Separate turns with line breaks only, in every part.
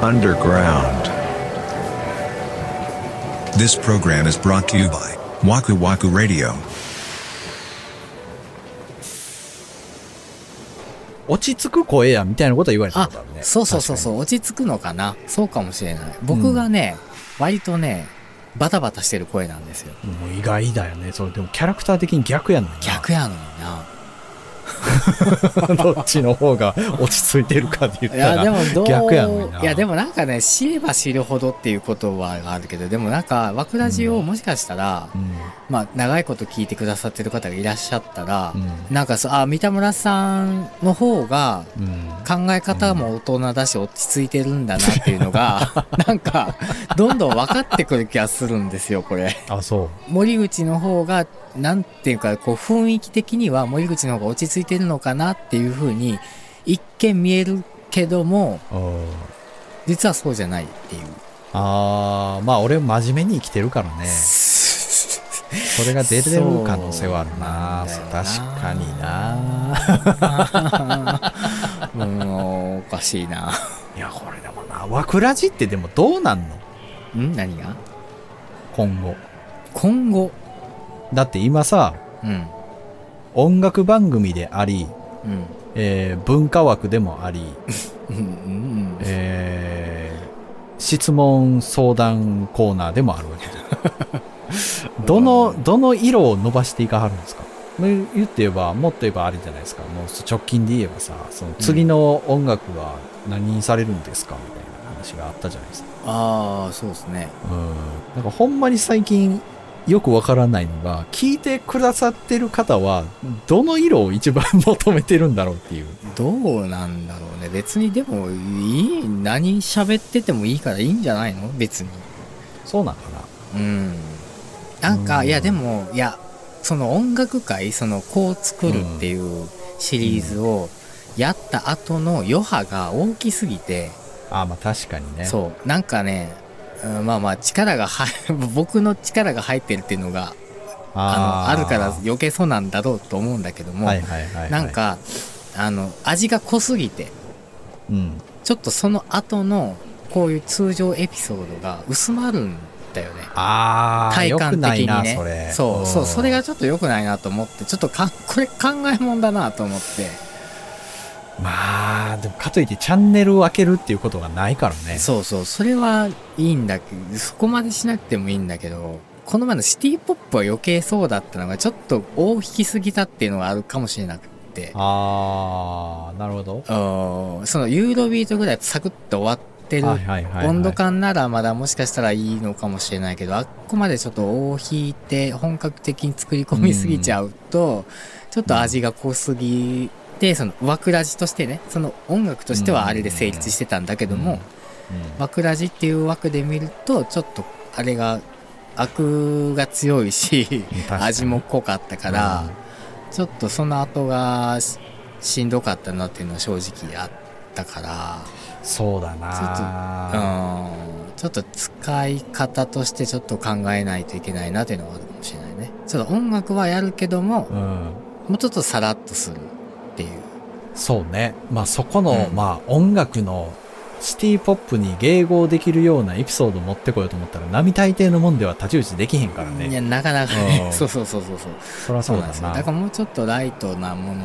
underground.
This program is brought to you by Waku Waku Radio.
落ち着く声やみたいなことは言われたことあるね。
そうそうそうそう、落ち着くのかな。そうかもしれない。僕がね、割とね、バタバタしてる声なんですよ。
う。もう意外だよね。それでもキャラクター的に逆やの にな。
逆やのにな。
どっちの方が落ち着いてるかって言っ
い
た
や、
ら。
でもどう、
逆やのにな。
いや、でもなんかね、知れば知るほどっていうことはあるけど、でもなんか、枠クラジをもしかしたら、
うん。
まあ、長いこと聞いてくださってる方がいらっしゃったら、
う
なんかそう、あ、三田村さんの方が、
ん。うん。
考え方も大人だし落ち着いてるんだなっていうの が、なんか、どんどん分かってくる気がするんですよ、これ。
あ、そう。
森口の方が、なんていうか、こう、雰囲気的には森口の方が落ち着いてるのかなっていうふうに、一見見えるけども、
うん
実はそうじゃないっていう。
あー、まあ俺真面目に生きてるからね。それが出てる可能性はあるな。
そうなんだよな
確かにな。
うん、おかしいな。
いや、これでもな、ワクラジってでもどうなんの
ん何が
今後。
今後。
だって今さ、
うん。
音楽番組であり、
うん。
えー文化枠でもあり、
うん。うん。
えー質問相談コーナーでもあるわけじゃ ん。どの、どの色を伸ばしていかはるんですかもう言って言えば、もっと言えばあれじゃないですか。もう直近で言えばさ、その次の音楽は何にされるんですかみたいな話があったじゃないですか。
ああ、そうですね。
うん。なんかほんまに最近よくわからないのが、聞いてくださってる方は、どの色を一番求めてるんだろうっていう。
どうなんだろうね。別にでもいい、何喋っててもいいからいいんじゃないの別に。
そうなのかな
うん。なんか、
うん
いやでも、いや、その音楽会、そのこう作るっていうシリーズをやった後の余波が大きすぎて、
あ、まあ確かにね。
そう、なんかね、うんまあまあ力が入、 僕の力が入ってるっていうのがあのあるから
ー
余計そうなんだろうと思うんだけども、
はいはいはいはい
なん、か、あの、味が濃すぎて、
うん、
ちょっとその後のこういう通常エピソードが薄まるんだよね
ああ
体感的に
な
ね
それ
そうそうそれ
が
がちょっと良くないなと思ってちょっとか これ考えもんだなと思って、
まあでもかといってチャンネルを開けるっていうことがないからね
そうそうそれはいいんだけどそこまでしなくてもいいんだけどこの前のシティポップは余計そうだったのがちょっと大引きすぎたっていうのがあるかもしれなくって
ああなるほど
うんそのユーロビートぐらいサクッと終わってる
はいはいはいはい
温度感ならまだもしかしたらいいのかもしれないけどあっこまでちょっと尾を引いて本格的に作り込みすぎちゃうと、ちょっと味が濃すぎてその枠ラジとしてねその音楽としてはあれで成立してたんだけど
う
も、
んうん
枠ラジっていう枠で見るとちょっとあれがアクが強いし
確かに
味も濃かったから、ちょっとその後がししんどかったなっていうのは正直あったから。
そうだな
うんちょっと使い方としてちょっと考えないといけないなというのがあるかもしれないね。ちょっと音楽はやるけども、
うん、
もうちょっとさらっとするっていう。
そうねまあそこの、
うん
まあ音楽のシティポップに迎合できるようなエピソードを持ってこようと思ったら並大抵のもんでは太刀打ちできへんから
い
ね
や、なかなかね
う、ん
そうそうそうそうそう。
そりゃそう
そう
だ
なんですよ。
な
だからもうちょっとライトなもの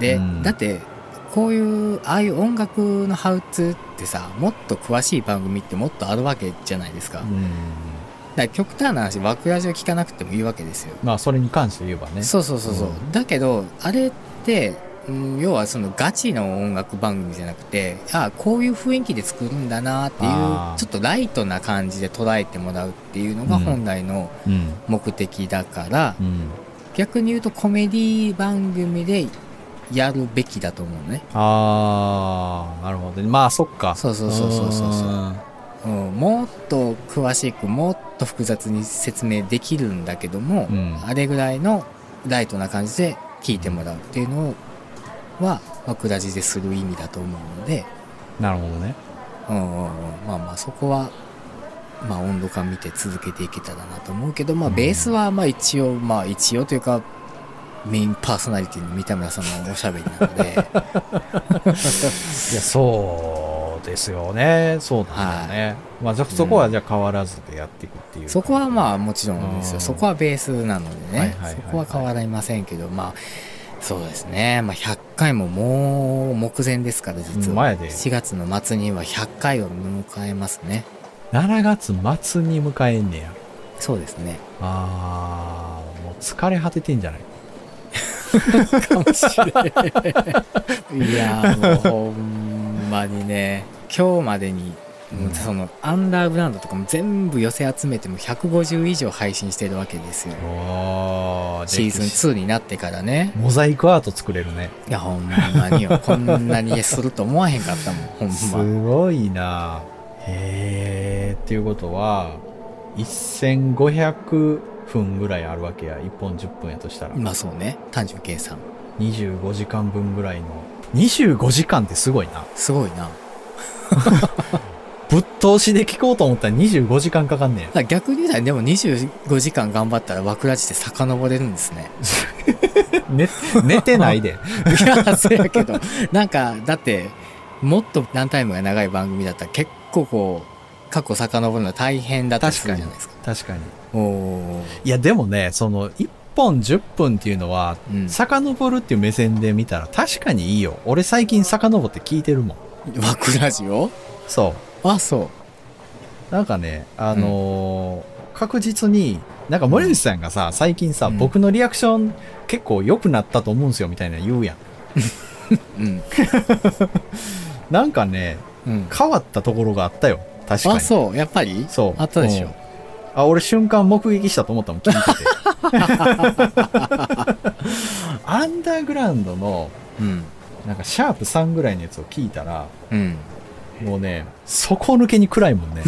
で、
うん
だって、こういう、ああいう音楽のハウツーってさ、もっと詳しい番組ってもっとあるわけじゃないですか。
う
だか
ん
ら極端な話、枠ラジオ聞かなくてもいいわけですよ。
まあそれに関して言えばね
そうそうそうそう、
う
だけどあれって、うん、要はそのガチの音楽番組じゃなくてああこういう雰囲気で作るんだなっていう
あー
ちょっとライトな感じで捉えてもらうっていうのが
うん
本来の
うん
目的だから、
うん
逆に言うとコメディ番組でやるべきだと思うね、
ああ、なるほどね。まあ、そっか。
そうそうそうそうそうそうんうん、もっと詳しくもっと複雑に説明できるんだけども、
うん
あれぐらいのライトな感じで聞いてもらうっていうのは、枕地でする意味だと思うので、
なるほどね。
うんうんうん、まあまあそこは、まあ温度感見て続けていけたらなと思うけど、まあ
うん
ベースはまあ一応、まあ一応というか、メインパーソナリティの三田村さんのおしゃべりなので、
いや、そうでですよね。そうなんだよね。まあ、じゃあそこはじゃあ変わらずでやっていくっていう。
そこはまあもちろんです
うん
よ。そこはベースなので
はい
ね
はいはいはい。
そこは変わりませんけど、まあ、そうですね。まあ100回ももう目前ですから、実は。
前で
4月の末には100回を迎えますね。
7月末に迎えんねや。
そうですね。
あー、もう疲れ果ててんじゃない
かもしれない。いやー、もうほんまにね。今日までに、もう
うん
その、アンダーグラウンドとかも全部寄せ集めても150以上配信してるわけですよ。
おー、
シーズン2になってからね。
モザイクアート作れるね。
いや、ほんま によ。こんなにすると思わへんかったもん、ほん
す
ま。
ごいなへえっていうことは1500分ぐらいあるわけや1本10分やとしたら
まあそうね。単純計算。
25時間分ぐらいの25時間ってすごいな
すごいな。だか
ぶっ通しで聞こうと思ったら25時間かかんね ん
ら逆に言うたら、でも25時間頑張ったら枠ラジって遡れるんですね。
寝寝てないで
いや、そうやけど。なんか、だって、もっと何タイムが長い番組だったら結構こう、過去遡るの大変だったりするじゃないですか。
確かに
おおー。
いやでもねその1本10分っていうのは
うん。
遡るっていう目線で見たら確かにいいよ俺最近遡って聞いてるもん
枠ラジオ
そう
あ、そう。
なんかね、あのー確実に、なんか森口さんがさ、最近さ、
うん
僕のリアクション結構良くなったと思うんですよみたいなの言うやん。
うん。
なんかね、
うん。
変わったところがあったよ。確かに。
あ、そう。やっぱり
そう
あったでし
うん
ょ。
あ、俺瞬間目撃したと思ったもん、聞いてて。アンダーグラウンドの、
うん。
なんかシャープ3ぐらいのやつを聞いたら、
うん。
もうね、底抜けに暗いもんね。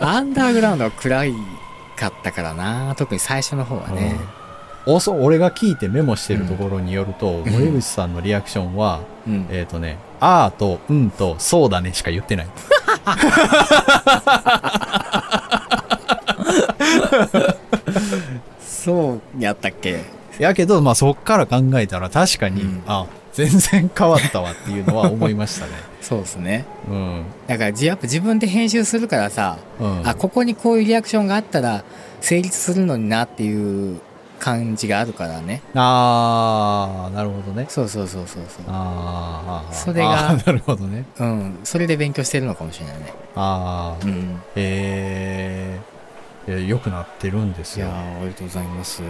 アンダーグラウンドは暗いかったからな特に最初の方はね、
うんおそ俺が聞いてメモしてるところによると、
ん
森口さんのリアクションは、
うん
えっ、とね、あーと、うんと、そうだねしか言ってない。
そうやったっけ
やけど、まあそっから考えたら確かに、
うん
あ、全然変わったわっていうのは思いました ね。
そうですね
うん。
だからじやっぱ自分で編集するからさ、
うん。
あここにこういうリアクションがあったら成立するのになっていう感じがあるからね
あー、なるほどね。
そうそうそうそうそ
あーあー、
それが
あーなるほどね。
ううんそれで勉強してるのかもしれないね
あー、
うん
えー、えー良くなってるんで
い
す
や
よ。
ーありがとうございます
うん。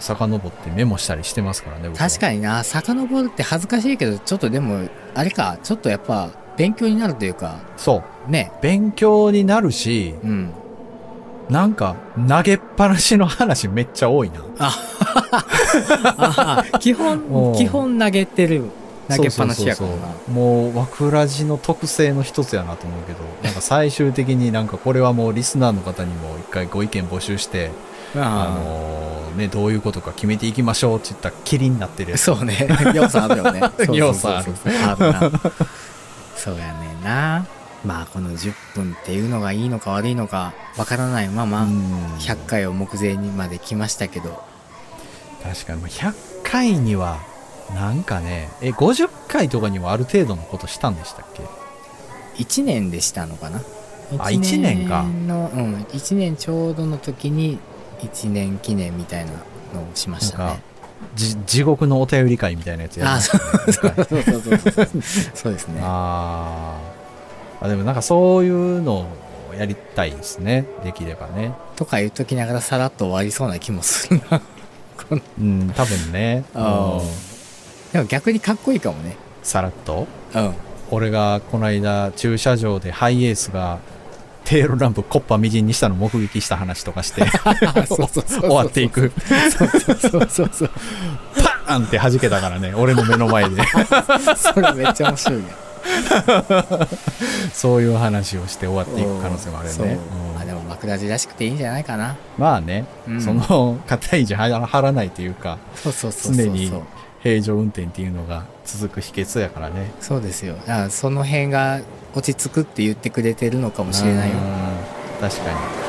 遡ってメモしたりしてますからね、僕は
確かにな遡るって恥ずかしいけどちょっとでもあれかちょっとやっぱ勉強になるというか
そう。
ね
勉強になるし、
うん
なんか、投げっぱなしの話めっちゃ多いな。
ああ基
お
本
う
基本投げてる投げっぱなしやか
そう
ら
そう
な
そうそうもう、ワクラジの特性の一つやなと思うけど、なんか最終的になんかこれはもうリスナーの方にも一回ご意見募集して、あ
あ
のーね、どういうことか決めていきましょうって言ったら霧になってるや
の
つ。
そうね要素ある よねそうそうそう
要素ある
あるなそうやねんなまあこの10分っていうのがいいのか悪いのかわからないまま
うん
100回を目前にまで来ましたけど
確かに、まあ100回には、なんかね、え、50回とかにはある程度のことしたんでしたっけ
1年でしたのかな
あ一年か
のうん1年ちょうどの時に1年記念みたいなのをしました
なん
ね
かじ、地獄のお便り会みたいなやつやり
あ
ま
あ
し
そう
たね。
そうそうそうそうそうですね
あーあでもなんかそういうのをやりたいですねできればね
とか言っときながらさらっと終わりそうな気もするなこの
うん多分ね
あー
うん
でも逆にかっこいいかもね
さらっと
うん
俺がこの間駐車場でハイエースがテールランプコッパみじんにしたの目撃した話とかして
そうそうそう
終わっていく
そうそうそう
パーンって弾けたからね俺の目の前 で
それめっちゃ面白いね
そういう話をして終わっていく可能性もあるよ
そう
ね、うん
あでも枕地らしくていいんじゃないかな
まあね、
うん
その硬い字は張らないというか
そうそうそうそう
常
そう
に平常運転っていうのが続く秘訣やからね
そうですよだからその辺が落ち着くって言ってくれてるのかもしれないよ
うん確か